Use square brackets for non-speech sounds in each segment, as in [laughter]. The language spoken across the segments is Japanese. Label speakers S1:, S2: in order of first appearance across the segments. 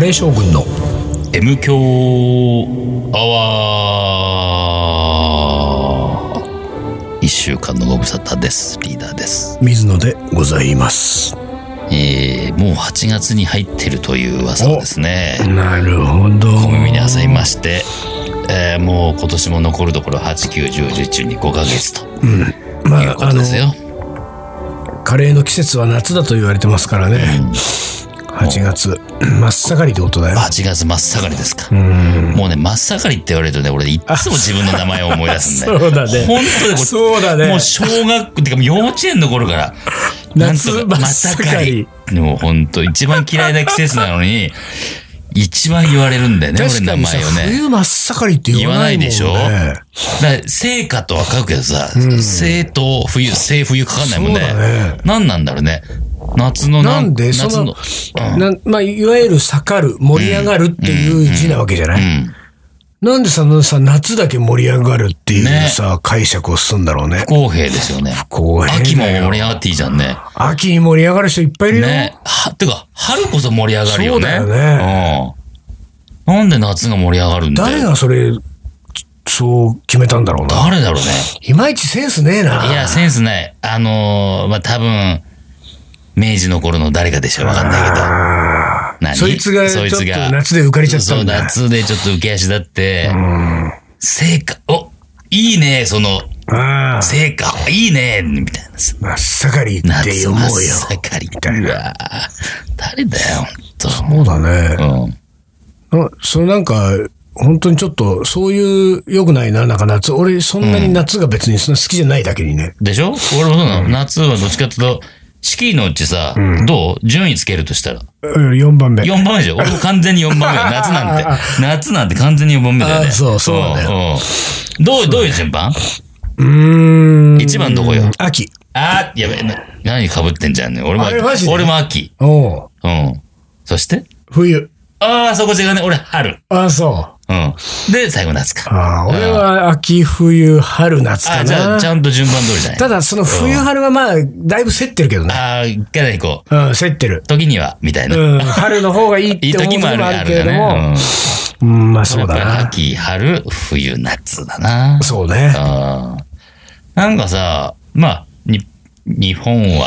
S1: ー将軍の
S2: M 強アワー一週間のご無沙汰ですリーダーです
S3: 水野でございます。
S2: えー、もう8月に入ってるという噂をですね
S3: なるほど。
S2: 小耳に挟みまして、えー、もう今年も残るところ891011に5ヶ月という
S3: まあ、
S2: ことですよ
S3: あのカレーの季節は夏だと言われてますからね。8月、真っ盛りってことだよ。
S2: 8月真っ盛りですかもうね真っ盛りって言われるとね俺いっつも自分の名前を思い出すんだよ
S3: そうだね
S2: 本当にこ
S3: そうだね
S2: もう小学校ってかもう幼稚園の頃から。
S3: 夏
S2: なんとか
S3: 真っ盛り
S2: 真っ盛りもう本当一番嫌いな季節なのに、一番言われるんだよね、俺
S3: 確
S2: の
S3: か
S2: 名
S3: にさ、
S2: 前をね。
S3: 冬真っ盛りって言わないもんね。
S2: 言わないでだから成果とは書くけどさ、生と冬、生冬かかんないもんね。
S3: そうだね
S2: 何なんだろうね。夏の
S3: なんんで、そ
S2: 夏の
S3: の、なんまあ、いわゆる盛る、盛り上がるっていう字なわけじゃない、
S2: うん
S3: なんでそのさ、夏だけ盛り上がるっていうさ、解釈をするんだろうね
S2: 不。公平ですよね。
S3: 公平
S2: 秋も
S3: だよ
S2: 盛り上がっていいじゃんね。
S3: 秋に盛り上がる人いっぱいいるよ。
S2: ね。は、てか、春こそ盛り上がるよね。
S3: そうだよ
S2: うん。なんで夏が盛り上がるんだよ。
S3: 誰がそれ、そう決めたんだろうな。
S2: 誰だろうね。
S3: いまいちセンスねえな。
S2: いや、センスない。あのーまあ、多分、明治の頃の誰かでしょわかんないけど。何
S3: そいつが、ちょ
S2: そ
S3: っ
S2: い
S3: と
S2: つが、
S3: 夏で浮かれちゃった
S2: そうん
S3: だ。
S2: 夏でちょっと浮き足立って、成果、お、いいね、その、
S3: ああ、
S2: 成果、いいね、みたいなさ。
S3: 真っ盛りって
S2: 夏
S3: 思
S2: 真っ
S3: うよ。
S2: 盛り。
S3: みたいうな
S2: わー誰だよ、ほ
S3: そうだね。
S2: んと。うん。
S3: なそれなんか、本当にちょっと、そういう良くないな、なんか夏。俺、そんなに夏が別にそんな好きじゃないだけにね。
S2: でしょ俺もそうなの、夏はどっちかっていうと、四季のうちさ、どう順位つけるとしたら。
S3: 4番目。
S2: 4番目でしょ俺も完全に4番目
S3: [laughs]
S2: よ。夏なんて。夏なんて完全に4番目だよね。
S3: あそうそうなんだよ
S2: よ。どう、どういう順番
S3: うーん。
S2: 一番どこよ
S3: 秋。
S2: あー、やべえ、な何被ってんじゃんね。俺も
S3: あれマジ
S2: 秋。
S3: で
S2: 俺も秋。
S3: おう
S2: うん。そして
S3: 冬。
S2: あー、そこ違うね。俺、春。
S3: ああ、そう。
S2: うん。で、最後夏か。
S3: ああ、俺は秋、冬、春、夏
S2: あ
S3: か
S2: ー、じゃあ、
S3: な
S2: ち。ゃんと順番通りじゃない。
S3: ただ、その冬、春はまあ、だいぶ競ってるけどね。
S2: あー、かなりこう、
S3: うん、競ってる。
S2: 時には、みたいな。
S3: うん、春の方がいいっ
S2: いい
S3: て思う
S2: 時
S3: 時
S2: も
S3: も
S2: ある
S3: あ
S2: あ
S3: る
S2: る
S3: け
S2: よ
S3: れど
S2: ね
S3: も。。うん、まあそう
S2: うん。やっ
S3: だ
S2: ぱり
S3: な。
S2: 秋、春、冬、夏だな。
S3: そうね。
S2: あーなんかさ、まあ、に、日本は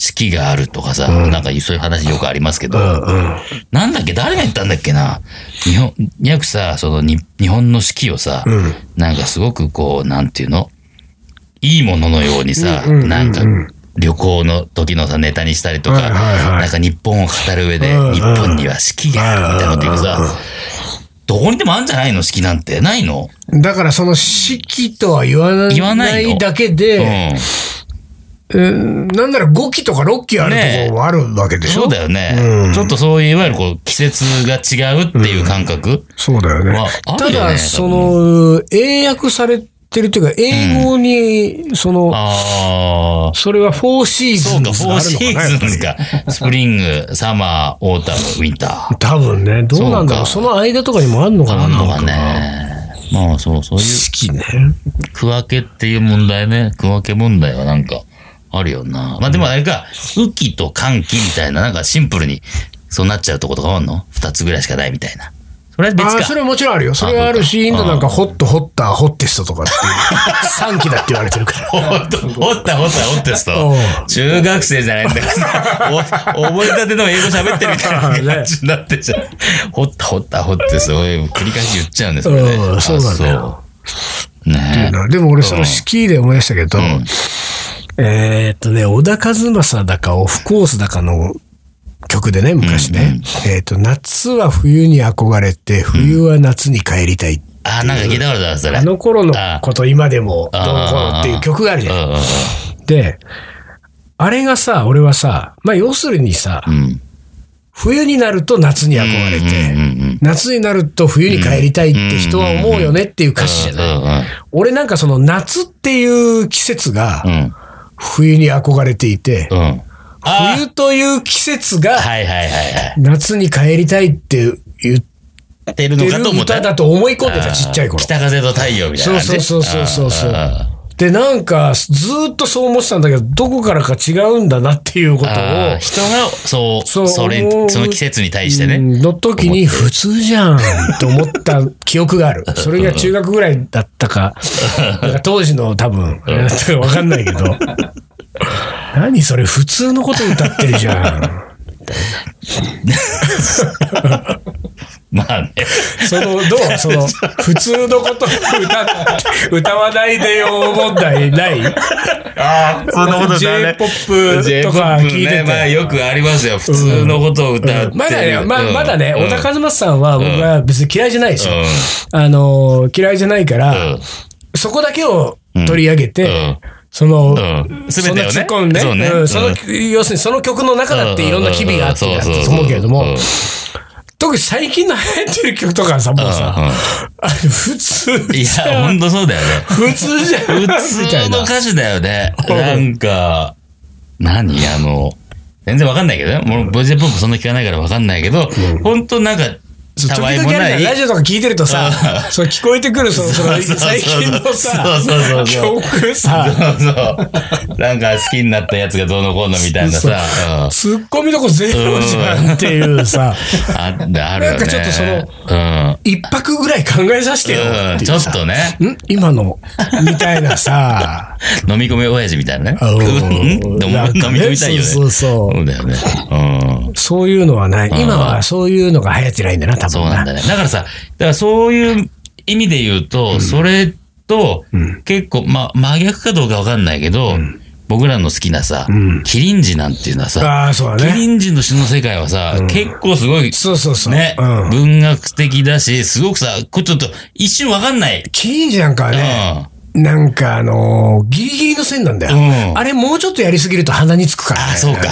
S2: 四季があるとかさ、なんかそういう話よくありますけど、
S3: うんうん。
S2: なんだっけ、誰が言ったんだっけな。日本、よくさ、そのに日本の四季をさ、
S3: うん
S2: なんかすごくこう、なんていうのいいもののようにさ、
S3: うんうんうんうん
S2: なんか、旅行の時のさ、ネタにしたりとか、
S3: はいはいはい
S2: なんか日本を語る上で、
S3: うんうん
S2: 日本には四季があるみたいなこと言うけどさ、どこにでもあるんじゃないの四季なんて。ないの
S3: だからその四季とは言わな
S2: 言わない
S3: い
S2: の
S3: だけ
S2: う
S3: で、
S2: ん。
S3: うんなんなら5期とか6期ある
S2: ねえ
S3: ところもあるわけでしょ
S2: そうだよね、
S3: うん
S2: ちょっとそういういわゆるこう季節が違うっていう感覚
S3: そうだよ
S2: はあるよ
S3: た
S2: ね。多分
S3: だ、そ、の、英訳されてるというか、英語に、その、
S2: ああ、
S3: それは4シー
S2: そ
S3: ズ
S2: う
S3: ン
S2: か、
S3: ズ
S2: フォ
S3: が
S2: ー
S3: ある
S2: シ
S3: のかなやっ
S2: ー
S3: ぱり
S2: ズンか。スプリング、サマー、オータム、ウィンター。
S3: 多分ね、どうなんだ
S2: そう
S3: ろう。
S2: か
S3: その間とかにもあるのかな
S2: あんの
S3: な
S2: が
S3: んか
S2: ね。まあそう、そういう
S3: 四季ね。
S2: 区分けっていう問題ね。区分け問題はなんかあるよな。まあでもあれか、雨季と寒季みたいな、なんかシンプルにそうなっちゃうとことかあんの二つぐらいしかないみたいな。それは別
S3: あ
S2: か。
S3: あ、それはもちろんあるよ。それはあるし、インドなんかホット、ホッター、ホッテストとかっていう、3期だって言われてるから。
S2: おっと、おったおったおってさ
S3: おう、
S2: 中学生じゃないんだからさ、お覚えたての英語喋ってるみたいな感じになってじゃん。おったおったおってそういう繰り返し言っちゃうんですよね。
S3: うんそうなんだよ
S2: あ。そうねえ。
S3: でも俺そのスキーで思い出したけど、
S2: ん
S3: えーっとね、小田和正だかオフコースだかの曲でね、昔ね。えーっと、夏は冬に憧れて、冬は夏に帰りたい。
S2: あ、なんか聞いたことある、それ。
S3: あの頃の
S2: あ
S3: こと今でもどうのこうの
S2: あ
S3: っていう曲があるじゃん。
S2: う
S3: で、あれがさ、俺はさ、まあ要するにさ、
S2: んうんうん。
S3: 冬になると夏に憧れて、
S2: うんうんうん
S3: 夏になると冬に帰りたいって人は思うよねっていう歌詞じゃない。俺なんかその夏っていう季節が
S2: うんうん。うん。
S3: 冬に憧れていて、
S2: うん。あ
S3: 冬という季節が
S2: はいはいはいは
S3: 夏に帰りたいって言っ
S2: い。出る
S3: て
S2: のか
S3: る
S2: と思った。
S3: 歌だと思い込んでた、ちっちゃい頃。
S2: 北風と太陽みたいな
S3: そう
S2: 感じ。
S3: そうそうそうそうそう
S2: あ。
S3: で、なんか、ずーっとそう思ってたんだけど、どこからか違うんだなっていうことを、
S2: あー人が、そう、
S3: そ
S2: そうれ、
S3: 思う
S2: その季節に対して
S3: う
S2: ね。
S3: んの時に普通じゃんと思った記憶
S2: [laughs]
S3: がある。それが中学ぐらいだったか、なんか当時の多分、あれだったかわかんないけど、何それ普通のこと歌ってるじゃん。
S2: まあね。
S3: その、どうその、普通のことを歌、歌わないでよ問題ない
S2: ああ、そんなことだね。
S3: J-POP とか聞いてて
S2: J-POP ねまあよくありますよ。普通のことを歌ってる。
S3: まだね、ま
S2: うん
S3: まだね、
S2: うん
S3: 小田和正さんは僕は別に嫌いじゃないですよ。あのー、嫌いじゃないから、
S2: うん
S3: そこだけを取り上げて、
S2: うん
S3: その、
S2: うん
S3: その
S2: 全てをね
S3: 突っ込んで、
S2: そうね
S3: うんその、
S2: うん
S3: 要するにその曲の中だっていろんな機微があって
S2: うんうん
S3: だ
S2: うんそうそう
S3: と
S2: そう
S3: 思うけれども
S2: うん、
S3: 特に最近の流行ってる曲とかさ、もう
S2: うんうん
S3: さ、あれ普通
S2: い
S3: じ
S2: や、
S3: ゃ
S2: ほ
S3: ん。
S2: んとそうだよね。
S3: [laughs] 普通じゃん。
S2: 普
S3: みたい
S2: 通
S3: な
S2: の。歌詞だよね。なんか、何あの、全然わかんないけどね。もう、ボイジェポップそんな聞かないからわかんないけど、ほんとなんか、
S3: そう
S2: た
S3: 時
S2: わい
S3: 々
S2: も
S3: あ
S2: な
S3: るじゃんラ
S2: い。
S3: ジオとか聞いてるとさ
S2: う、
S3: そう聞こえてくる、その、その
S2: そうそうそう
S3: 最近のさ
S2: そうそう、そう
S3: 曲
S2: [laughs] そう
S3: さ、
S2: そう。なんか好きになったやつがどうのこうのみたいなさ。うん
S3: ツッコミどこゼロじゃんっていうさ、
S2: ああるよね。
S3: なんかちょっとその
S2: うん。
S3: 一泊ぐらい考えさせてよ
S2: う
S3: っ
S2: ん、
S3: てい
S2: ちょ
S3: う
S2: っ
S3: さ。
S2: とね、
S3: ん今のみたいなさ、
S2: 飲み込み親父みたいな
S3: [laughs]
S2: ね。
S3: あの
S2: うんでも
S3: なんか
S2: 飲
S3: ね
S2: み込みたいよね。
S3: そうそうそう
S2: だよね。うん。
S3: そういうのはない。今はそういうのが流行ってないんだな、多
S2: そう
S3: 分
S2: なん
S3: な。
S2: だね。だからさ、だからそういう意味で言うと、それと、結構、まあ、真逆かどうかわかんないけど、僕らの好きなさ、
S3: ん
S2: キリンジなんていうのはさ、
S3: ああ、そうだ
S2: キ
S3: ね。
S2: リンジの詩の世界はさ、結構すごい、
S3: そうそうそう。
S2: ね、
S3: うん。
S2: 文学的だし、すごくさ、こうちょっと一瞬わかんない。
S3: キリンジなんかはね、
S2: うん。
S3: なんかあのーギリギリの線なんだよ。
S2: うん
S3: あれもうちょっとやりすぎると鼻につくからね。
S2: あそうか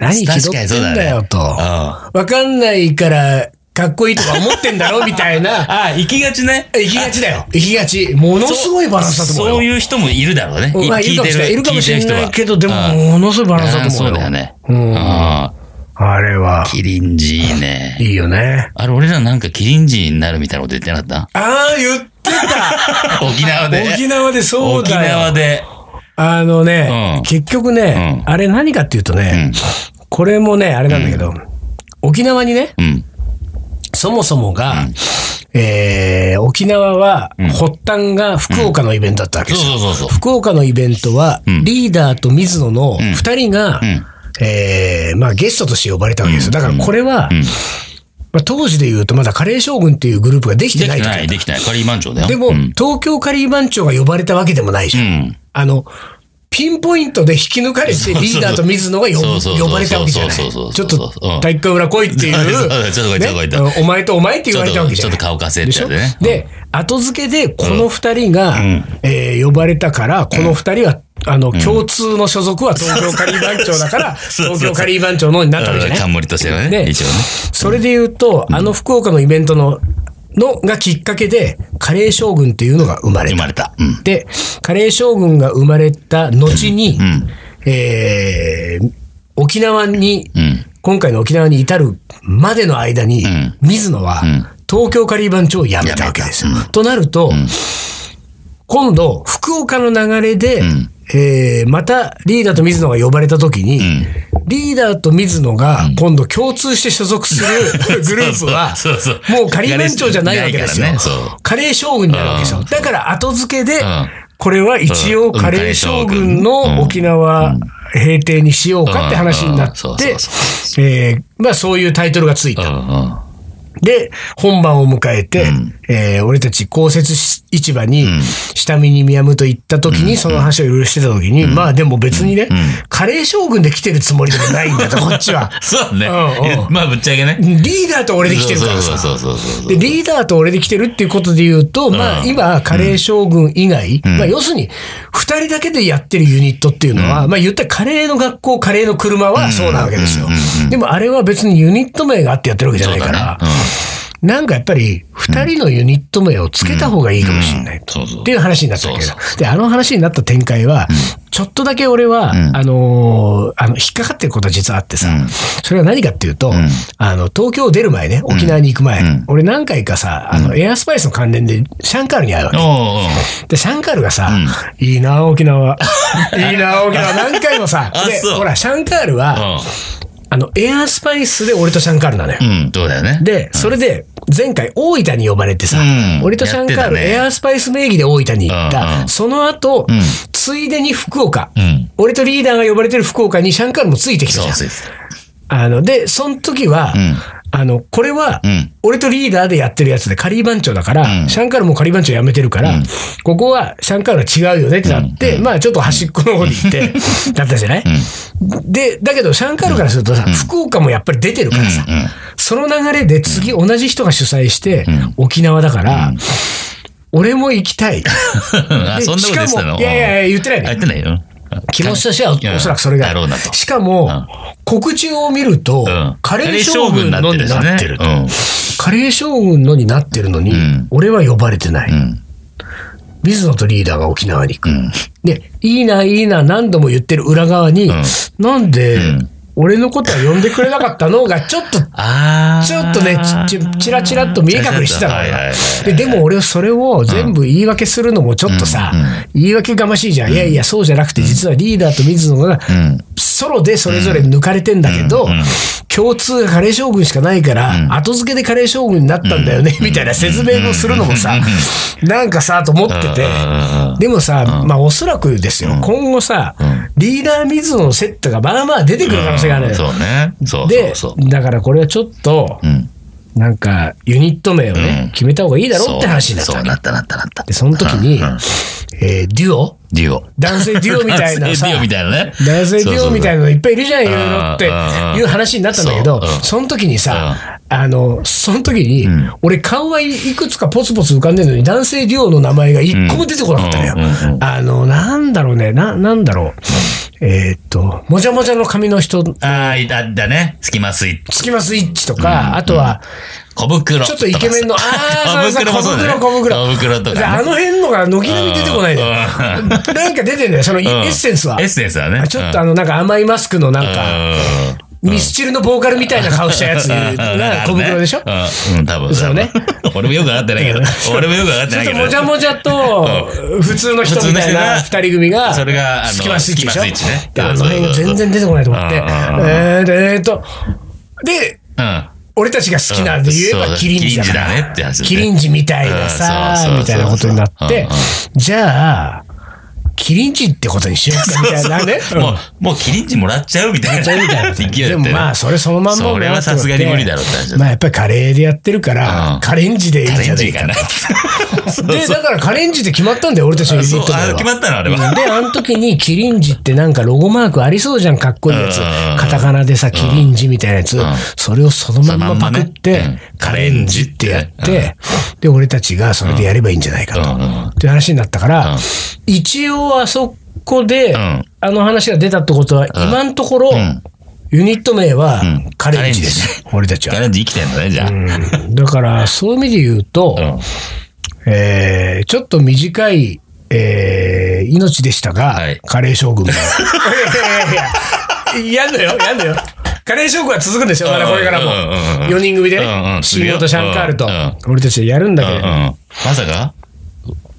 S3: なん何気
S2: 確
S3: 取
S2: か
S3: ってん
S2: にそうだね
S3: だよと。
S2: あ
S3: わかんないから、かっこいいとか思ってんだろ、みたい
S2: [laughs]
S3: な。
S2: あ、行きがちね。
S3: 行きがちだよ。行きがち。ものすごいバランスだと思うよ。
S2: そういう人もいるだろうね。
S3: まあ、いるかもしれない。いるかもしれないけど、でも、ものすごいバ
S2: バ
S3: ランスだと思う
S2: そう
S3: よ。
S2: だよね。
S3: うん
S2: あ
S3: あれは
S2: ー、キリンジいいね
S3: い。いよね。
S2: あれ、俺らなんかキリンジになるみたいなこと言ってなかっ
S3: ああ、言って
S2: [laughs]
S3: た
S2: た沖縄で。
S3: 沖縄でそう
S2: 沖
S3: だよ。
S2: 縄で。
S3: あのね、
S2: うん
S3: 結局ね、
S2: う
S3: あれ何かっていうとね、これもね、あれなんだけど、沖縄にね、
S2: うん。
S3: そもそもが、えー沖縄は、発端が福岡のイベントだったわけ
S2: そう
S3: ですよ。
S2: そうそうそう。
S3: 福岡のイベントは、
S2: ん
S3: リーダーと水野の
S2: ん
S3: 二人が、
S2: うん
S3: えーまあゲストとして呼ばれたわけですよ。だからこれは、
S2: ん
S3: まあ、当時で言うとまだカレー将軍っていうグループができ
S2: で
S3: て
S2: き
S3: ない
S2: て
S3: 時
S2: ない、できてない。カリーマンチョだよ。
S3: でも、
S2: うん。
S3: 東京カリー番長が呼ばれたわけでもないじ
S2: う
S3: ゃん。
S2: ん
S3: あの、ピンポイントで引き抜かれて
S2: うそう
S3: リーダーと水野が呼
S2: そうそうそう
S3: 呼ばれたわけじゃない。ち
S2: そうそう
S3: ょ
S2: そう
S3: っ
S2: う
S3: と
S2: ん
S3: 体育館裏来いってい
S2: [laughs] そうそう
S3: う。
S2: ちょっと来いちょっと来
S3: ね
S2: いと
S3: うんお前とお前って言われたわけじゃない。
S2: ちょっとちょっと顔かせって
S3: でしょ
S2: やつねうん
S3: で、後付けでこの二人が、えー呼ばれたから、この二人は、あの、共通の所属は東京カリー番長だから、
S2: [laughs] そうそう
S3: 東京カリー番長のになったわけじゃない。
S2: 冠としてはね。
S3: ね
S2: 一応ね。
S3: それで言うと、あの福岡のイベントの、のがきっかけで、カレー将軍っていうのが生まれ
S2: 生
S3: た。
S2: まれた。うん。
S3: で、カレー将軍が生まれた後に、
S2: ん
S3: えー沖縄に、
S2: うん。
S3: 今回の沖縄に至るまでの間に、
S2: ん
S3: 水野は、
S2: ん
S3: 東京カリー番長を辞めたわけですよ。となると、今度、福岡の流れで、
S2: ん
S3: えーまたリーダーと水野が呼ばれた時に、リーダーと水野が今度共通して所属するグループは
S2: [laughs] そうそう、そう
S3: もうカリー番長じゃないわけですよ
S2: ないからねそう。
S3: カレー将軍になるわけですよ
S2: う。
S3: だから後付けで
S2: うん、
S3: これは一応
S2: うん
S3: カレー将軍の沖縄平定にしようかって話になっ
S2: うんうん
S3: て
S2: そうそうそ、
S3: えーまあそういうタイトルがついた
S2: う。んうん。
S3: で、本番を迎えて、えー俺たち公設市場に、下見に宮むと行った時に、その話をいろいろしてた時に、まあでも別にね、カレー将軍で来てるつもりでもないんだと、こっち
S2: [laughs]
S3: は。
S2: そうね
S3: うんう。ん
S2: まあ、ぶっちゃけね。
S3: リーダーと俺で来てるから
S2: そう
S3: さ。
S2: そうそうそうそう。
S3: で、リーダーと俺で来てるっていうことで言うと、まあ
S2: うん
S3: 今、カレー将軍以外、まあ要するに、二人だけでやってるユニットっていうのは、まあ言ったらカレーの学校、カレーの車はそうなわけですよ。でもあれは別にユニット名があってやってるわけじゃないから、
S2: そうだね
S3: なんかやっぱり、二人のユニット名をつけた方がいいかもしれないと。
S2: うんうんそうそう
S3: っていう話になったわけ
S2: そ
S3: ど。で、あの話になった展開は、ちょっとだけ俺は、
S2: うん
S3: あのーあの、引っかかってることは実はあってさ、
S2: うん
S3: それは何かっていうと、
S2: ん
S3: あの、東京を出る前ね、沖縄に行く前、
S2: うん
S3: 俺何回かさ、あの、エアスパイスの関連で、シャンカールに会うわけ。
S2: おうおう
S3: で、シャンカールがさ、
S2: う
S3: いいな、沖縄。 [laughs] いいな、沖
S2: [laughs]
S3: 縄。何回もさ、
S2: あ
S3: で
S2: そう、
S3: ほら、シャンカールは、あの、エアスパイスで俺とシャンカールなのよ。
S2: うん、そうだよね。
S3: で、それで、前回大分に呼ばれてさ、
S2: うん
S3: 俺とシャンカール、
S2: やってたね
S3: エアスパイス名義で大分に行った。
S2: うんうん
S3: その後、
S2: ん
S3: ついでに福岡、
S2: うん
S3: 俺とリーダーが呼ばれてる福岡にシャンカールもついてきた
S2: そ
S3: じ
S2: う
S3: ゃん
S2: そうです。
S3: あの、で、その時は、
S2: うん
S3: あの、これは、
S2: うん
S3: 俺とリーダーでやってるやつで、カリー番長だから、
S2: うん
S3: シャンカールもカリー番長やめてるから、
S2: うん
S3: ここはシャンカールは違うよねってなって、まあちょっと端っこの方に行って、だったじゃない、で、だけどシャンカールからするとさ、福岡もやっぱり出てるからさ、
S2: うんうん
S3: その流れで次同じ人が主催して、
S2: ん
S3: 沖縄だから、俺も行きたい。
S2: [laughs] あ、
S3: で
S2: そんなこと言ってた
S3: しか
S2: の
S3: もいやいやいや言ってない
S2: あ
S3: の
S2: 言ってないよ。
S3: 気持ちとしてはおそらくそれ
S2: だ
S3: が
S2: ろうなと。
S3: しかも、告知を見ると、
S2: うん
S3: カレー将軍のになってると、
S2: カレー将
S3: カレー将
S2: 軍になってる
S3: 軍のになってるのに、
S2: うん
S3: 俺は呼ばれてない、
S2: うん。
S3: 水野とリーダーが沖縄に行く、
S2: うん。
S3: でいいないいな何度も言ってる裏側に、
S2: ん
S3: なんで、
S2: うん
S3: 俺のことは呼んでくれなかったのがちょっと
S2: あー
S3: ちょっとね、ちちちらちらっと見え隠れしてたか
S2: はいはいは
S3: ら
S2: いはい。
S3: で、でも俺はそれを全部言い訳するのもちょっとさ、
S2: うんうん
S3: 言い訳がましいじゃん。いやいや、そうじゃなくて、実はリーダーと水野が、
S2: うん。
S3: ソロでそれぞれ抜かれてんだけど、
S2: うんうん
S3: 共通がカレー将軍しかないから、後付けでカレー将軍になったんだよね、みたいな説明をするのもさ、なんかさ、と思ってて。でもさ、まあおそらくですよ、今後さ、リーダー水野のセットがまあまあ出てくる可能性があるのよ
S2: そうね。そうそう
S3: で
S2: そう。、
S3: だからこれはちょっと、
S2: うん。
S3: なんか、ユニット名をね、
S2: うん
S3: 決めた方がいいだろうって話になった
S2: そう
S3: わ
S2: そう
S3: け。
S2: なったなったなった
S3: で、。その時に、
S2: うんうん
S3: えーデュオ
S2: デュオ。
S3: 男性デュオみ
S2: [laughs]
S3: たいなさ
S2: デュオみたいなね。
S3: 男性デュオみたい
S2: な。
S3: なのいっぱいいるじゃん、い
S2: そう
S3: ろいろっていう話になったんだけ
S2: う
S3: ど
S2: んうんうんそうう、ん
S3: その時にさ、あの、その時に、俺顔はいくつかポツポツ浮かんでるのに、男性デュオの名前が一個も出てこなかったのよ
S2: うんうんう。
S3: あの、なんだろうね、な、なんだろう。えーっと、もじゃもじゃの髪の人、
S2: ああ、いたんだね。隙間スイッチ。
S3: スキマスイッチとか、あとは、
S2: 小袋。
S3: ちょっとイケメンの、あ
S2: [laughs]
S3: あ、
S2: 小袋もそうだね。
S3: 小袋、
S2: 小
S3: 小
S2: 袋
S3: 袋。
S2: と
S3: で
S2: か
S3: あ
S2: ね。
S3: の辺のが軒並み出てこないのよ。
S2: うん
S3: なんか出てんだよ、そのエ
S2: うん
S3: ッセンスは
S2: エ。ッセンスはね。
S3: ちょっとあの、なんか甘いマスクのなんか、ミスチルのボーカルみたいな顔したやつ
S2: [laughs]
S3: が小袋でしょ
S2: うん、うん多分。
S3: そうね
S2: 多分。俺もよくわかってないけど。俺もよくわかって
S3: ちょ
S2: ない
S3: っ
S2: け
S3: と
S2: ど。
S3: もじゃもじゃと、普通の人みたいな
S2: 普通の人が
S3: 二人組が、
S2: それがあの
S3: スキマスイッチでしょ
S2: スキマスイッチね
S3: であの
S2: そうそうそう
S3: 辺全然出てこないと思って。
S2: うんうんう
S3: え
S2: ん
S3: ーでえーっと、で、
S2: うん。
S3: 俺たちが好きなんで言え
S2: う
S3: ば
S2: ん
S3: キリンジだから
S2: キリンジだねって話だね
S3: キリンジみたいなさ
S2: うんそうそうそう
S3: みたいなことになって
S2: うん、
S3: じゃあ、キリンジってことにしようかみたいなね。
S2: [laughs]
S3: う
S2: も
S3: ん
S2: う、もうキリンジもらっちゃうみたいな。
S3: みたいな
S2: [laughs] 勢いだった
S3: で
S2: よね
S3: もまあ、それそのまんま
S2: それはさすがに無理だろうって話だね
S3: まあ、やっぱりカレーでやってるから
S2: う、ん
S3: カレンジでいいん
S2: カ
S3: じ
S2: レ
S3: ゃ
S2: ン
S3: ない
S2: ジ
S3: か
S2: か
S3: な
S2: [laughs] な。。
S3: で、だからカレンジって決まったんだよ、俺たちのユニット名
S2: そう
S3: は
S2: あ決まったのあれは
S3: うんで、あの時にキリンジってなんかロゴマークありそうじゃん、かっこいいやつ
S2: うんうんうん。
S3: カタカナでさ、キリンジみたいなやつ
S2: ん。
S3: それをそのまんまパクっ
S2: そのまんま
S3: て
S2: ねうん、
S3: カレンジってやって、で、俺たちがそれでやればいいんじゃないか
S2: うんうん
S3: と。っていう話になったから
S2: うん、
S3: 一応あそこで、
S2: ん
S3: あの話が出たってことは、今のところ
S2: ん、
S3: ユニット名は
S2: ん
S3: カレンジです。俺たち
S2: カ
S3: は。
S2: レンジ生きてんのね、じゃあ。
S3: うんだから、そういう意味で言うと、
S2: うん
S3: えーちょっと短い、えー命でしたが、
S2: はい
S3: カレー将軍も。いや [laughs] いやいや、やんのよ、やんのよ。カレー将軍は続くんですよ、まだこれからも
S2: うんうんうんう。ん
S3: 4人組で
S2: うんう
S3: ね、
S2: ん
S3: 新郎とシャンカールと
S2: うんうん、
S3: 俺たちでやるんだ
S2: うん
S3: け
S2: う
S3: れ
S2: ん
S3: ど。
S2: まさか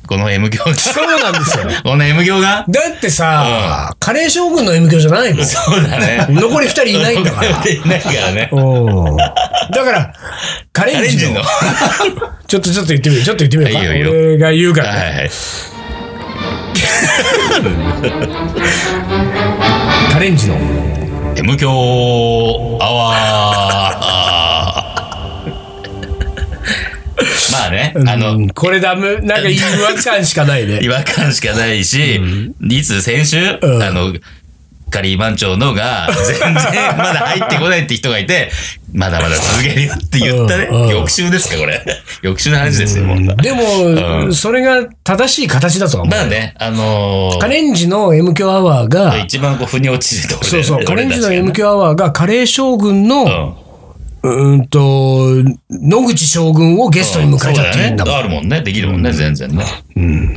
S2: この M 教が。
S3: そうなんですよ。
S2: [laughs] この M 教が
S3: だってさ、カレー将軍の M 響じゃないもん。
S2: そうだね。
S3: 残り2人いないんだから。
S2: いないからね。
S3: うんだから、カレ
S2: カ
S3: ン
S2: レン
S3: ジ
S2: ジ
S3: の
S2: の。。
S3: [laughs] ちょっとちょっと言ってみる、ちょっと言ってみようか。
S2: いいよいいよ
S3: 俺が言うからね。
S2: はいはい。
S3: カレンジの。
S2: M 教アワー。 [laughs] まあね、あの、
S3: うんこれダメ、なんか違和感しかないね。
S2: [laughs] 違和感しかないし、いつ先週、
S3: うん
S2: あの、カリー番長のが、全然まだ入ってこないって人がいて、まだまだ続けるよって言ったね
S3: うんうん。
S2: 翌週ですか、これ。翌週の話ですよ、もう。
S3: でも、
S2: うん
S3: それが正しい形だとは思う。
S2: まあね、あのー
S3: カレンジの M 響アワーが、
S2: 一番こう、腑に落ちるところだ
S3: そ
S2: よ
S3: う
S2: ね
S3: そう、カレンジの M
S2: 俺たち
S3: 響アワーがカレー将軍
S2: が
S3: の、
S2: ね
S3: うーんと、野口将軍をゲスト
S2: う
S3: に
S2: ん。
S3: 迎えたっていうんだもん。
S2: そうだよねあるもんね。できるもんね、全然ね。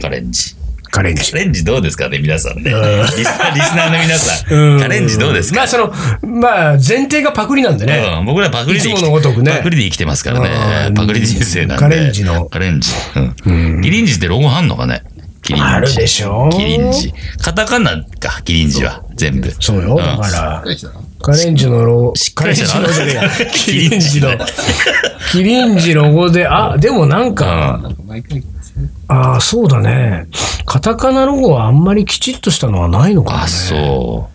S2: カレンジ。
S3: カレンジ
S2: カ。レンジどうですかね、皆さんね。リ
S3: うん
S2: スナーリスナーの皆さ
S3: [laughs] うん
S2: ん、カレンジどうですか
S3: まあ、その、まあ、前提がパクリなんでね。
S2: うん、僕らパクリで生き
S3: いつ
S2: て
S3: ものごとくね
S2: パクリで生きてますから
S3: う
S2: ね
S3: ん。
S2: パクリ人生なんで。
S3: カレンジの
S2: カレンジ。うん。キリンジってロゴあんのかねキリンジ。
S3: あるでしょ
S2: キリンジ。カタカナか、キリンジは。全部。
S3: そうよ。
S2: ん
S3: だから、
S1: できたな
S3: カレンジのロゴ、
S2: しっ
S3: カ
S2: か
S3: レン
S2: り
S3: ジ
S2: した
S3: の
S2: な
S3: ロゴじゃないキ
S2: [laughs] キ
S3: リ
S2: リ
S3: ン
S2: ン
S3: ジ
S2: ジ
S3: の、キリンジロゴで、あ、でもなん
S2: う
S3: か、
S2: ん。
S1: なんか毎回、
S3: ああ、そうだね。カタカナロゴはあんまりきちっとしたのはないのかもね。
S2: あ、そ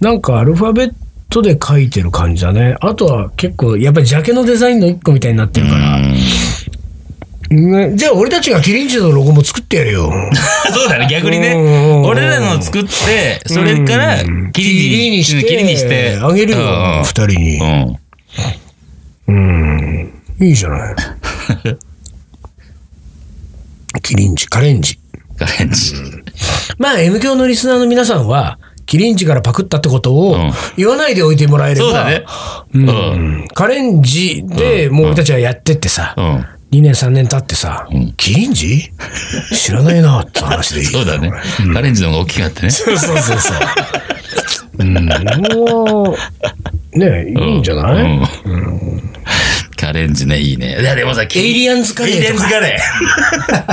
S3: なんかアルファベットで書いてる感じだね。あとは結構、やっぱりジャケのデザインの一個みたいになって
S2: う。う
S3: るから。ね
S2: ん
S3: じゃあ俺たちがキリンジのロゴも作ってやるよ。
S2: [laughs] そうだね、逆に
S3: うん
S2: ね。俺らの作って、それか
S3: う
S2: ら
S3: ん、
S2: キリンジ
S3: キリ
S2: キリ
S3: ンに
S2: ンに
S3: し
S2: してて。
S3: あげるよ
S2: うん、
S3: 二人に
S2: う。ん。うん
S3: うん。いいじゃ
S2: [laughs]
S3: ない。キリンジ、カレンジ。
S2: カレンジ。
S3: まあ、M 教のリスナーの皆さんは、キリンジからパクったってことを
S2: うん
S3: 言わないでおいてもらえれば、
S2: そうだね。
S3: う
S2: うんん。
S3: カレンジでもう俺たちはやってってさ、
S2: うん。
S3: 2年3年経ってさ、
S2: うん
S3: キリンジ知らないなって話でいい。
S2: [laughs] そうだね。カレンジの方が大きくなってね。
S3: そうそうそうそう。うん、もう、ねいいんじゃない、
S2: うんカレンジね、いいね。いや、でもさ、エ
S3: エイリアンズカレ
S2: エイリ
S3: ー
S2: アン
S3: と
S2: ズ
S3: か、
S2: カレ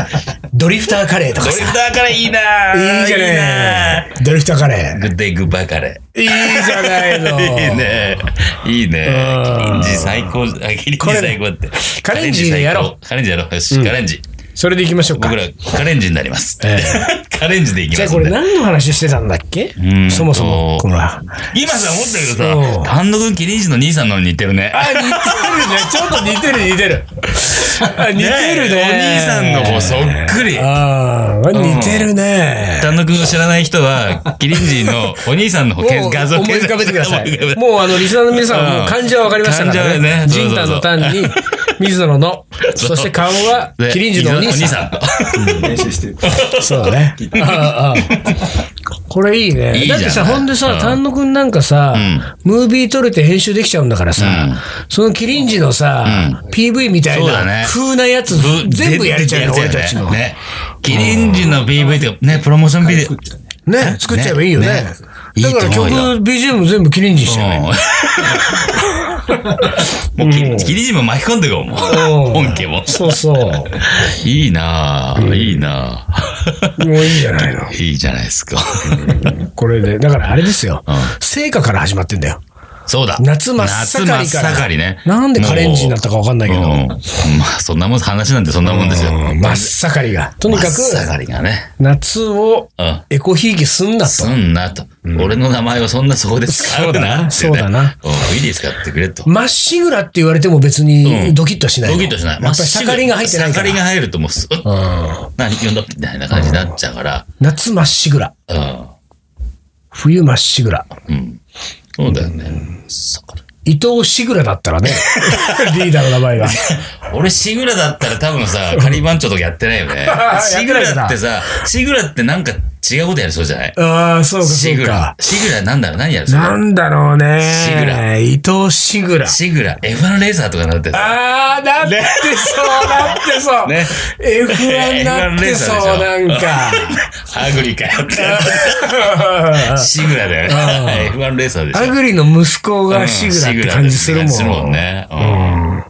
S2: ー。
S3: ドリフターカレーとか
S2: ドリ
S3: さ。
S2: フターカレーいいない
S3: いじゃない。ドリフターカレ
S2: いグッデイグッバイカレ
S3: ー。いいじゃない
S2: ー。
S3: の。
S2: [laughs] いいね。いいね。キリンジ最高。あキリンジ最高って。
S3: カレンジでやろ
S2: う。カレンジやろう。よし、カレンジ。
S3: それでいきましょうか
S2: 僕。ら、カレンジになります
S3: え。
S2: [laughs] カレンジでいき
S3: じゃあ
S2: ます
S3: こ
S2: ん
S3: れ
S2: で。
S3: 何の話してたんだっけ
S2: んと
S3: そもそも。こら。
S2: 今さ、思ったけ
S3: そう
S2: どさ、丹野くんキリンジの兄さんのに似てるね。
S3: あ、似てるね。ちょっと似てる似てる。あ似てるね。
S2: お兄さんの方そっくり。
S3: ああ、似てるね。
S2: 丹野くんを知らない人は、キリンジのお兄さんの方、
S3: もう
S2: 画像
S3: 思い浮かべてくださ
S2: 思浮かべ
S3: い。
S2: て
S3: もうあの、リスナーの皆さんはもう漢字はわかりましたから
S2: うん漢字は
S3: ね。
S2: ね
S3: ジンタの単に、水野のの、
S2: [laughs] そう
S3: そして顔は、
S2: で
S3: キリンジのお兄さん。
S2: と。
S1: 練習してる。
S3: そうだね。ああああこれいいね。
S2: いいじゃ
S3: だっ
S2: ない
S3: てさ、ほんで
S2: う
S3: さ、
S2: ん
S3: 丹野くんなんかさ、ムービー撮れて編集できちゃうんだからさ
S2: うん、
S3: そのキリンジのさ、PV みたい
S2: そうだね
S3: な風なやつ、全部やれちゃうよ、俺たちの。ね、
S2: ね。キリンジの PV とか、ね、プロモーションビデオ。
S3: 作っちゃえばいいよね。
S2: ねね
S3: だから
S2: いいと
S3: 曲、
S2: 思うよ
S3: BGM 全部キリンジにしちゃえばいいよ
S2: うんもうキリキリンジも巻き込んでいこう、もう。
S3: うん
S2: 本家も。
S3: そうそう。も
S2: いいなぁ、いいなぁ。
S3: ういいじゃないの。
S2: [laughs] いいじゃないですか。
S3: これで。だからあれですよ
S2: うん。
S3: 成果から始まってんだよ。
S2: そうだ。
S3: 夏真っ盛りから
S2: 夏真っ盛りね。
S3: なんでカレンジになったかわかんないけど
S2: もううんまあ、そんなもん、話なんてそんなもんですよ。
S3: うん真っ盛りが。とにかく、
S2: 真っ盛りがね。
S3: 夏を
S2: うん。
S3: エコひいきすんなと
S2: す。んなと。俺の名前をそんなそこで使うなって、ね。
S3: そうだな
S2: うん。いいで使ってくれと。
S3: まっしぐらって言われても別
S2: う
S3: に
S2: ん
S3: ドキッとはしないの。
S2: ドキッとしない。
S3: やっぱり盛りが入ってないか
S2: 盛り
S3: ら。
S2: が入るともうす、
S3: うん
S2: 何呼んだみたいな感じになっちゃうから。
S3: 夏まっしぐら。
S2: う
S3: 冬まっしぐら。
S2: ん。うん。そうだよね。そっか
S3: 伊藤しぐらだった
S2: [laughs]
S3: らね。リーダーの名前が。。
S2: 俺、シグラだったら多分さ、仮番長とかやってないよね
S3: [laughs]
S2: シグラってさ、シグラってなんか違うことやりそうじゃない
S3: ああ、そうか、そ
S2: シ
S3: う
S2: グラ
S3: か。。
S2: シグラなんだろう何やるそれ
S3: なんだろうね。
S2: しぐら
S3: 伊藤しぐら。
S2: シグラ、F1 レーサーとかなってさ。
S3: ああ、なってそう、なってそう。
S2: ね
S3: F1 なってそう、なん [laughs] か。
S2: [laughs] ハグリかよってやつ。シグラだよね。F1 レーサーでしょ。
S3: アグリの息子がシグラって感じする
S2: うんシグラ
S3: もん。
S2: って感じするもんね。うん。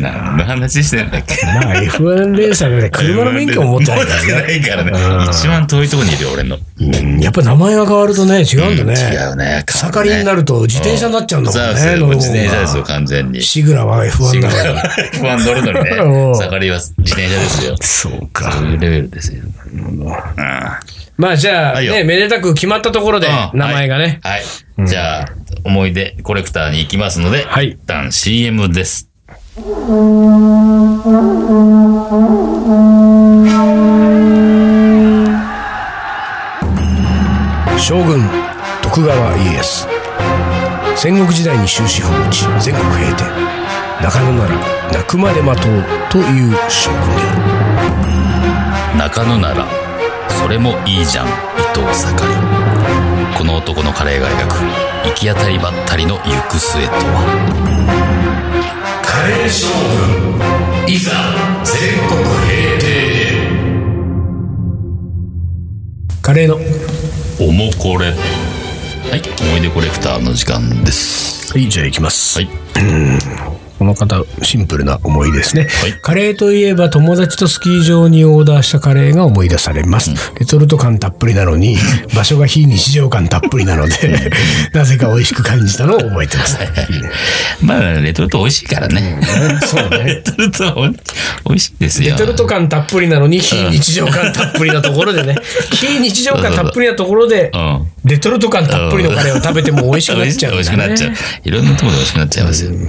S2: 何の話してんだっけ
S3: まあ F1 レーサーで車の免許も持ってないからね。
S2: [laughs] 持ってないからね一番遠いとこにいるよ、俺の。
S3: うんやっぱ名前が変わるとね、違うんだね。
S2: 違うね。
S3: 盛りになると自転車になっちゃうんだもんね
S2: そうそう
S3: 乗る方が
S2: 自転車ですよ、完全に。
S3: シグラは F1 だから。
S2: [laughs] 不安乗るのに
S3: [laughs]
S2: ね
S3: うん。
S2: 盛りは自転車ですよ。
S3: そうか。
S2: そういうレベルですよ。
S3: まあじゃあ、
S2: はいよ
S3: ね、めでたく決まったところで、
S2: うん
S3: 名前がね。
S2: はい。はいじゃあ、思い出コレクターに行きますので、
S3: はい
S2: 一旦 CM です。
S3: 将軍、徳川家康。戦国時代に終止符を打ち、全国平定。中野なら、泣くまで待とうという将軍である。
S2: 中野ならそれもいいじゃん伊藤盛りこの男のカレーが描く行き当たりばったりの行く末とは
S3: カレー将軍、いざ、全国平定カレーの。
S2: おもこれ。はい、思い出コレクターの時間です。
S3: はい、じゃあ行きます。
S2: はい。
S3: この方、シンプルな思い出ですね、
S2: はい
S3: カレーといえば友達とスキー場にオーダーしたカレーが思い出されます。レトルト感たっぷりなのに、場所が非日常感たっぷりなの
S2: [laughs]
S3: で、なぜか美味しく感じたのを覚えてます。
S2: [laughs] まあ、レトルト美味しいからね。
S3: そうね。
S2: レトルトは美味しいですよ。
S3: レトルト感たっぷりなのに、非日常感たっぷりなところ
S2: [laughs]
S3: でね、非日常感たっぷりなところで
S2: う、ん。
S3: レトルト感たっぷりのカレーを食べても美味しくなっちゃうん
S2: 美味
S3: だ
S2: しくなっ
S3: ね
S2: ち。ゃう。いろんなところで美味しくなっちゃいますよ。うん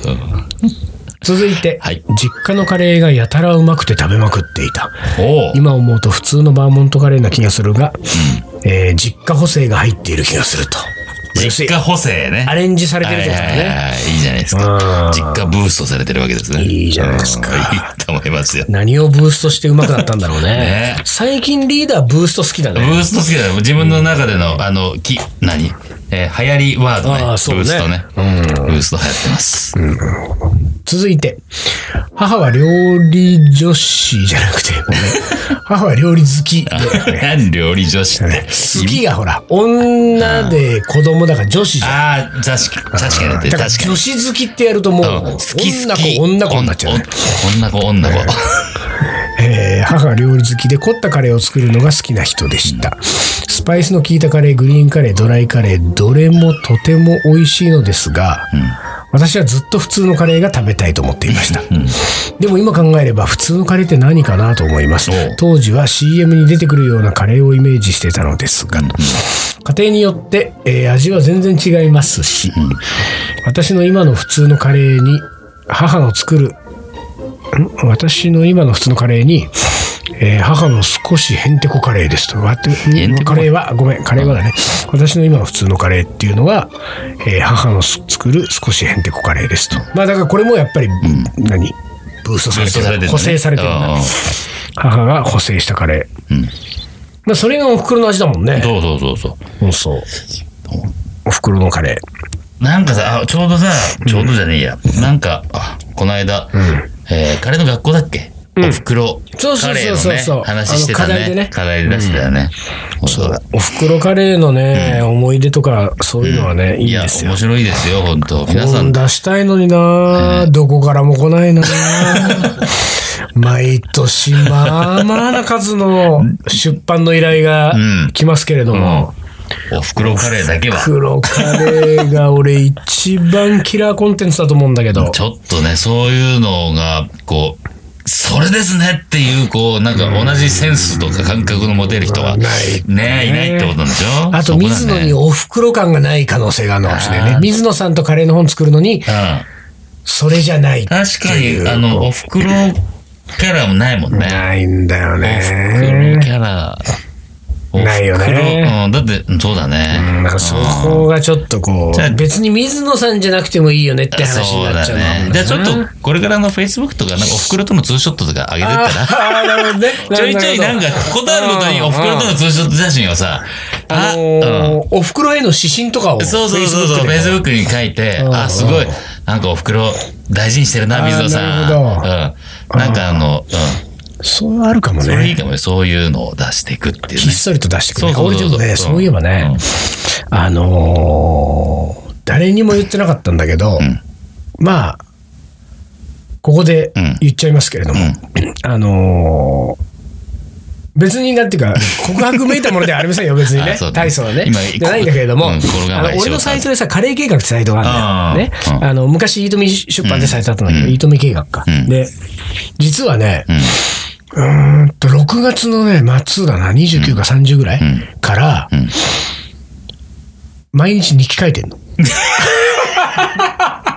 S3: 続いて、
S2: はい
S3: 実家のカレーがやたらうまくて食べまくっていた。
S2: おう
S3: 今思うと普通のバーモントカレーな気がするが、えー実家補正が入っている気がすると。
S2: 実家補正ね。
S3: アレンジされ
S2: は
S3: て
S2: い
S3: る
S2: は
S3: と
S2: い
S3: か
S2: はい
S3: ね。
S2: はい。いいじゃないです
S3: う
S2: か
S3: ん。
S2: 実家ブーストされてるわけですね。
S3: いいじゃないですか
S2: うんいいと思いますよ。
S3: 何をブーストしてうまくなったんだろうね。
S2: ね
S3: 最近リーダーブースト好きだ
S2: ブ
S3: ね。
S2: ースト好きだよ。自分の中での、あの、き、何えー、流行りワードね。
S3: あーそうね
S2: ブーストね。ブースト流行ってます。
S3: 続いて、母は料理女子じゃなくて、ご
S2: [laughs]
S3: めん母は料理好きで。
S2: [laughs] 何料理女子って。
S3: 好きがほら、女で子供だから女子じゃん。
S2: ああ、確かに、確かにだって、
S3: だか
S2: 確
S3: ら
S2: かに
S3: 女。子好きってやるともう、
S2: うん好き好き。
S3: 女子女子になっちゃうね。
S2: おん女子女子。
S3: えー母は料理好きで凝ったカレーを作るのが好きな人でした。スパイスの効いたカレー、グリーンカレー、ドライカレー、どれもとても美味しいのですが、私はずっと普通のカレーが食べたいと思っていました。でも今考えれば普通のカレーって何かなと思います
S2: おう。
S3: 当時は CM に出てくるようなカレーをイメージしてたのですが、家庭によって、えー味は全然違いますし、私の今の普通のカレーに母の作るん私の今の普通のカレーに、えー母の少しヘンテコカレーですと。わて
S2: へんてこ
S3: カレーは、ごめん、カレーはだね。私の今の普通のカレーっていうのは、えー母のす作る少しヘンテコカレーですと。まあだからこれもやっぱり、何ブーストさ
S2: ブー
S3: れ
S2: スト
S3: て
S2: さ
S3: る
S2: れてるね。
S3: 補正されてるんだ
S2: うん
S3: 母が補正したカレー。
S2: うん
S3: まあそれがお袋の味だもんね。
S2: そうそうそうそう。
S3: そうそう。お袋のカレ
S2: なんかさ、あちょうどさ、ちょうどじゃねえや。なんか、あ、この間、えー、彼の学校だっけおふくろ。
S3: そうそうそうそう
S2: カレーのね
S3: そう
S2: 話してた
S3: あの課題でね
S2: ね。課題で出してたよね。そうだ。
S3: ー。お袋カレーのね、思い出とか、そういうのはね、いい
S2: いや、
S3: ですよ
S2: 面。白いですよ、本当皆さ
S3: 本
S2: ん。
S3: 出したいのにな、どこからも来ない [laughs] な毎年まあまあな数の出版の依頼が
S2: うん
S3: 来ますけれども、
S2: おふくろカレーだけは。
S3: 黒カレーが俺一番キラーコンテンツだと思うんだけど
S2: ちょっとね、そういうのが、こう、それですねっていう、こう、なんか同じセンスとか感覚の持てる人は、
S3: うん
S2: ね
S3: ない
S2: いないってことなんでしょ
S3: あと水野に
S2: うん。
S3: お袋感がない可能性があるのかもしれない
S2: あ
S3: ね
S2: ー
S3: 水野さんとカレーの本作るのにそれじゃない
S2: 確かに、あの、おふくろキャラもないもんね。
S3: ないんだよ
S2: おふくろ
S3: ね
S2: キャラ。
S3: ないよね
S2: おふくろうん、だって、うんそうだね。
S3: なんかそこがちょっとこ
S2: じゃあ
S3: う別に水野さんじゃなくてもいいよねって話
S2: そ
S3: に
S2: う
S3: なっ
S2: だ
S3: ちゃうのは
S2: ね。じゃあちょっと、これからの Facebook とか、なんかおふくろとのツーショットとか上げてったら。
S3: ああ、なるほどね。
S2: ちょいちょいなんか、ことあることにおふくろとのツーショット写真をさ、
S3: あの
S2: うん
S3: ーお袋への指針とかを。
S2: そうそうそうそう、フ
S3: Facebook
S2: ェイ
S3: でね
S2: スブックに書いて、
S3: うん
S2: あ、すごい、なんかお袋大事にしてるな、
S3: あー
S2: 水野さん。
S3: なるほ
S2: うん。なんかあの、うん。
S3: そうあるかも
S2: それい
S3: ね。
S2: いかもね、そういうのを出していくっていう
S3: ひっ
S2: ね。
S3: そりと出してく
S2: そ
S3: れ
S2: う
S3: る。
S2: そう
S3: 俺で
S2: そ
S3: も
S2: うそう。
S3: ね、そういえばね、あのー誰にも言ってなかったんだけど
S2: ん、
S3: まあ、ここで
S2: うん
S3: 言っちゃいますけれども、あのー別になんていうか、告白めいたものではありませんよ、別にね
S2: [laughs] あそう。だね
S3: 大層はね。
S2: 今
S3: じゃないんだけれども、
S2: うんこれが
S3: あの俺のサイトでさ、カレー計画ってサイトがあるんだ
S2: あ
S3: よ。
S2: ー
S3: ね。あの、昔、イートミ出版でされてあったんだけど、
S2: うん
S3: イートミ計画か。
S2: うん
S3: で、実はね、
S2: うん。
S3: うーんと、6月のね、末だな、29か30ぐらい
S2: ん
S3: から、
S2: ん
S3: 毎日日記書いてんの。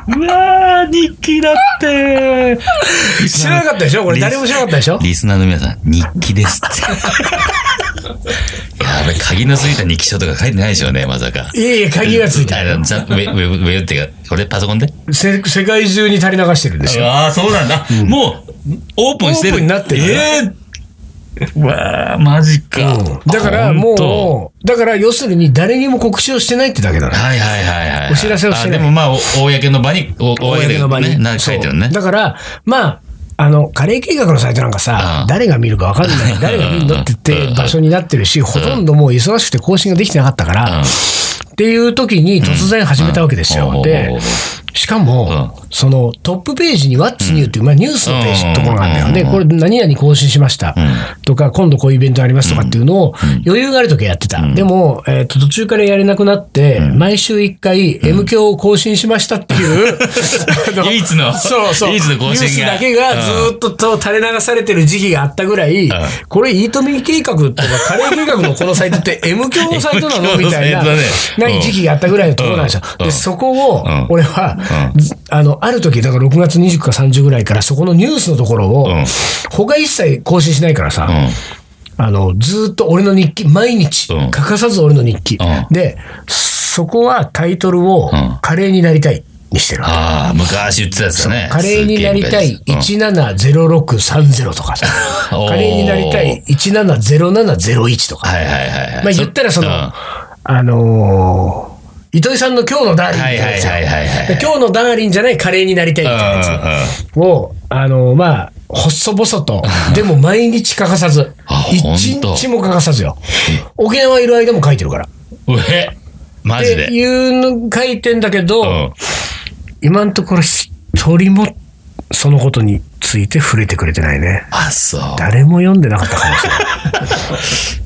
S2: うわー、日記だって [laughs]
S3: 知らなかったでしょこれ誰も知らなかったでしょ
S2: リスナーの皆さん、日記ですって。 [laughs] やべ、鍵のついた日記書とか書いてないでしょうね、まさか。
S3: いえいえ、鍵がついて
S2: あ
S3: る
S2: のざウェブ、ウェブ、ウェブっていうか、これパソコンで
S3: せ世界中に垂れ流してるんですよ。
S2: ああ、そうなんだ。もう、オープンしてる。
S3: オープンになってる
S2: ええわあ、マジか。
S3: うんだから
S2: あ本
S3: もう、だから要するに誰にも告知をしてないってだけだ
S2: 当
S3: な。
S2: はいはいはいはい。
S3: お知らせをしてない
S2: あでもまあ、お公の場に、お
S3: 公
S2: 公
S3: の場に。
S2: ね、なんか書いてるね
S3: そう。だから、まあ、あの、カレー計画のサイトなんかさ、
S2: うん
S3: 誰が見るかわかんない、誰が見るのって言って場所になってるし、ほとんどもう忙しくて更新ができてなかったから、
S2: うん
S3: っていう時に突然始めたわけですよ。
S2: うん
S3: で
S2: うん、
S3: しかも、
S2: う
S3: そのトップページに What's New っていう、まあ、ニュースのページのところがあるんだよね。
S2: うん
S3: これ何々更新しました、
S2: ん
S3: とか、今度こういうイベントありますとかっていうのを余裕がある時はやってた。でも、えっと途中からやれなくなって、毎週1回 M 教を更新しましたっていう、 [laughs] あ
S2: 唯一の
S3: そうそう。
S2: 唯一の更新が
S3: ニュースだけがずーっとと垂れ流されてる時期があったぐらい、これ、イートミー計画とか、カレー計画のこのサイトって M 教のサイトなの
S2: M 教
S3: み
S2: の
S3: た
S2: サ
S3: い
S2: イ
S3: な、
S2: トだね
S3: ない時期があったぐらいのところなんですよ。
S2: うん
S3: で、そこを
S2: ん、
S3: 俺は、ずあの、ある時、だから6月20か30ぐらいから、そこのニュースのところを
S2: うん、
S3: 他一切更新しないから
S2: うん
S3: さ、あの、ずーっと俺の日記、毎日、
S2: うん
S3: 欠かさず俺の日記
S2: う。
S3: で、そこはタイトルを
S2: うん、
S3: カレーになりたいにしてるわけ。
S2: ああ、昔言ってたやつだね。
S3: カレーになりたい
S2: うん
S3: 170630とかさ、
S2: [laughs] おー
S3: カレーになりたい170701とか、
S2: はいはいはいはい。
S3: まあ言ったらその、
S2: うん
S3: あのー糸井さんの今日のダーリンみたいなやつよ
S2: はいはいはいはいはい
S3: で今日のダーリンじゃないカレーになりたいみたいなやつ
S2: うんうんうん
S3: を、あのーまあ、細々と、でも毎日欠かさず
S2: あ、ほんと
S3: 一日も欠かさずよ。沖縄いる間も書いてるから。
S2: うえマジ
S3: っ
S2: で
S3: て。いうの書いてんだけど、
S2: うん
S3: 今のところ一人もそのことについて触れてくれてないね。
S2: あ、そう。
S3: 誰も読んでなかったかもし
S2: [laughs]
S3: れない。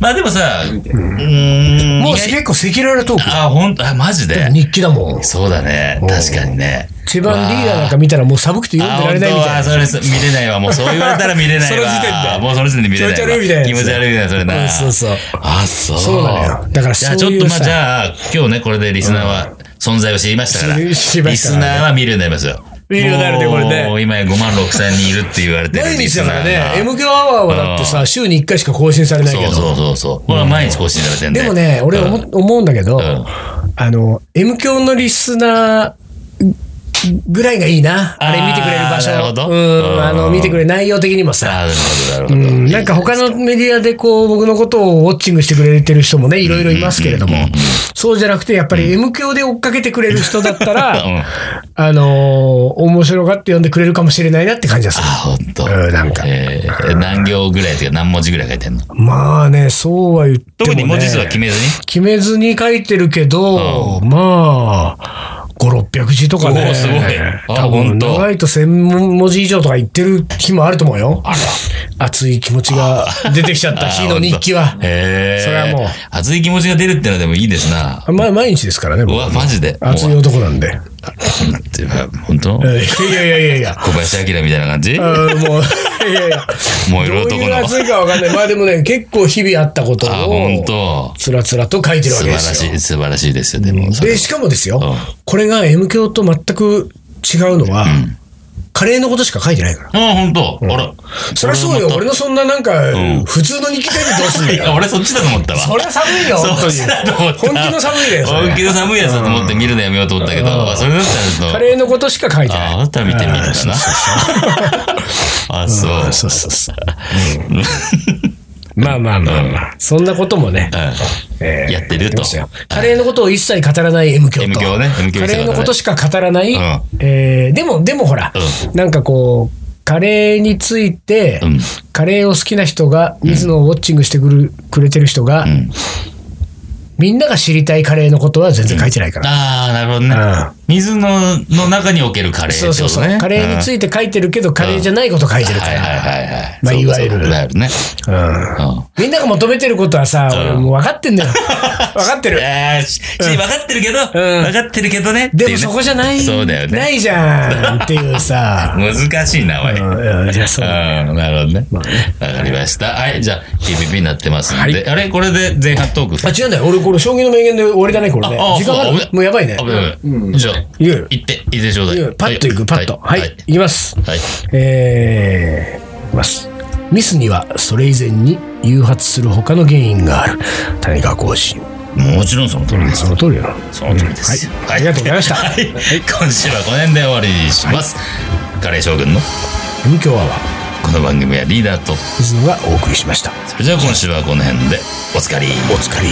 S2: まあでもさ、うーん。
S3: もう
S2: 意外
S3: 結構赤裸々トーク。
S2: あ、ほんと、あ、マジで。
S3: 日記だもん。
S2: そうだね。確かにね。
S3: 一番リーダーなんか見たらもう寒くて読んでられないみた
S2: あ
S3: いな。
S2: 本当はそれ見れないわ。もうそう言われたら見れないわ。
S3: その時点で
S2: もうその時点で見れないわ。
S3: 気持ち悪いみたいなやつ
S2: 気持ち悪いみたいな、それ
S3: うん
S2: な。
S3: そうそう。
S2: あ、そう。
S3: そうなのよだから
S2: じゃあ
S3: そ
S2: ち
S3: うい
S2: ょ
S3: う
S2: っとまあ、
S3: さ
S2: じゃあ、今日ね、これでリスナーは存在を知りましたから。
S3: 知り
S2: リ
S3: 知りました
S2: ス
S3: からね
S2: ナーは見るようになりますよ。
S3: 見るようになるねこれね
S2: もう今や5万6千人いるって言われてる
S3: 毎
S2: リ
S3: 日
S2: ス
S3: だ
S2: ナ
S3: か
S2: ーが。
S3: らね、M 響アワーはだってさ、週に1回しか更新されないけ
S2: そ
S3: ど。
S2: うそうそうそう。これは毎日更新されてんで。
S3: でもね、俺
S2: うん
S3: 思思うんだけど、
S2: ん
S3: あの、M 響のリスナーぐらいがいいな。あれ見てくれる場所。
S2: あーなるほど
S3: う、
S2: うんん
S3: あの、見てくれる内容的にもさ。
S2: ああ、な
S3: う
S2: るほど、なるほど。
S3: ん、なんか他のメディアでこう僕のことをウォッチングしてくれてる人もね、いろいろいますけれども、そうじゃなくて、やっぱり M 教で追っかけてくれる人だったら、
S2: うん
S3: あのー面白がって呼んでくれるかもしれないなって感じがする。
S2: あ、ほんと。
S3: うんなんか
S2: えー何行ぐらいというか何文字ぐらい書いてんの
S3: まあね、そうは言っても、ね、
S2: 特に文字数は決めずに。
S3: 決めずに書いてるけど、まあ、5、600字とか
S2: お
S3: ね。
S2: ーすごいあ
S3: 多
S2: ほ
S3: 分
S2: んと。
S3: 長いと1000文字以上とか言ってる日もあると思うよ。熱い気持ちが出てきちゃった日の日記は
S2: へえ。
S3: それはもう。
S2: 熱い気持ちが出るってのはでもいいですな。
S3: まあ、毎日ですからね、
S2: う
S3: 僕
S2: わ、マジで。
S3: 熱い男なんで。
S2: って本当
S3: いやいやいやいやい
S2: [laughs]
S3: や。
S2: 小林明みたいな感じ
S3: あーもう、いやいや。
S2: 燃える
S3: どう
S2: 男
S3: いう
S2: の。
S3: 熱いかわかんない。まあでもね、結構日々あったこと
S2: あ、本
S3: を、
S2: 当。
S3: つらつらと書いてるわ
S2: 素
S3: け
S2: 晴
S3: で
S2: ら
S3: す
S2: し
S3: よ。
S2: い、素晴らしいですよ、でも。それ
S3: で、しかもですよ
S2: うん、
S3: これが M 教と全く違うのは、カレーのことしか書いてないから。
S2: あ、本当。あら。
S3: そりゃそうよ。俺のそんななんか、普通の日記書いてどうすんだ
S2: いや
S3: よ。
S2: 俺そっちだと思ったわ。
S3: [laughs] そりゃ寒いよ、
S2: そ
S3: 本当
S2: っちだと思った。
S3: に。本気の寒いだよ、そ
S2: 本気
S3: れ。
S2: の寒いやつだと思って見るのやめようと思ったけど、それだったら
S3: カ
S2: ちょっ
S3: レーのことしか書いて
S2: と、
S3: ない。
S2: ああなたは見てみるんだな。 [laughs] あ、そう。
S3: そうそうそう。まあまあまあまあ、そんなこともね、えー
S2: やってると
S3: やますよカレーのことを一切語らない M 教と。
S2: M 教ね M 教
S3: カ
S2: 一切語ら
S3: レ
S2: ない
S3: ーのことしか語らない。
S2: ん
S3: えーでも、でもほら、
S2: う
S3: なんかこう、カレーについて、
S2: うん
S3: カレーを好きな人が、水野をウォッチングしてくる、くれてる人が、
S2: ん
S3: みんなが知りたいカレーのことは全然書いてないから。
S2: ああ、なるほどね。水のの中におけるカレーって
S3: そ
S2: こ
S3: う
S2: と
S3: そ
S2: ね。
S3: うそう。カレーについて書いてるけど、カレーじゃないこと書いてるか
S2: はいはい
S3: ら。
S2: はいはい。
S3: まあ
S2: そう
S3: いわゆる
S2: そういわゆるね。
S3: うん
S2: うん。
S3: みんなが求めてることはさ、俺もう分かってん
S2: [laughs]
S3: だよ。分かってる。
S2: ああ、し、分かってるけど、分かってるけどね。
S3: でもそこじゃない、
S2: そうだよ
S3: な
S2: ね。
S3: いじゃんっていうさ。
S2: 難しいな、おい。うん、
S3: うんうんじゃあそうだ
S2: なるほどね。わかりました。はい、じゃあ、TPP になってますんで。あれこれで前半トーク。
S3: あ、違うんだよ。俺、これ、将棋の名言で終わりだね、これね。時間あるもうやばいね。
S2: ね。じゃあ、
S3: いよいよ
S2: 行って、行ってちょうだ
S3: い
S2: い
S3: や。パッといく、パッと。はい、いきます。
S2: はい。
S3: えーいきます。ミスにはそれ以前に誘発する他の原因がある。谷川浩司。
S2: もちろんその通りです
S3: そ。の通りだな。
S2: その通りです。はい
S3: ありがとうございました
S2: はい。今週はこの辺で終わりにします。カレー将軍の
S3: M 強アワー、
S2: この番組はリーダーと、
S3: 水野がお送りしました。
S2: それじゃあ今週はこの辺でおつかり。
S3: お疲れ。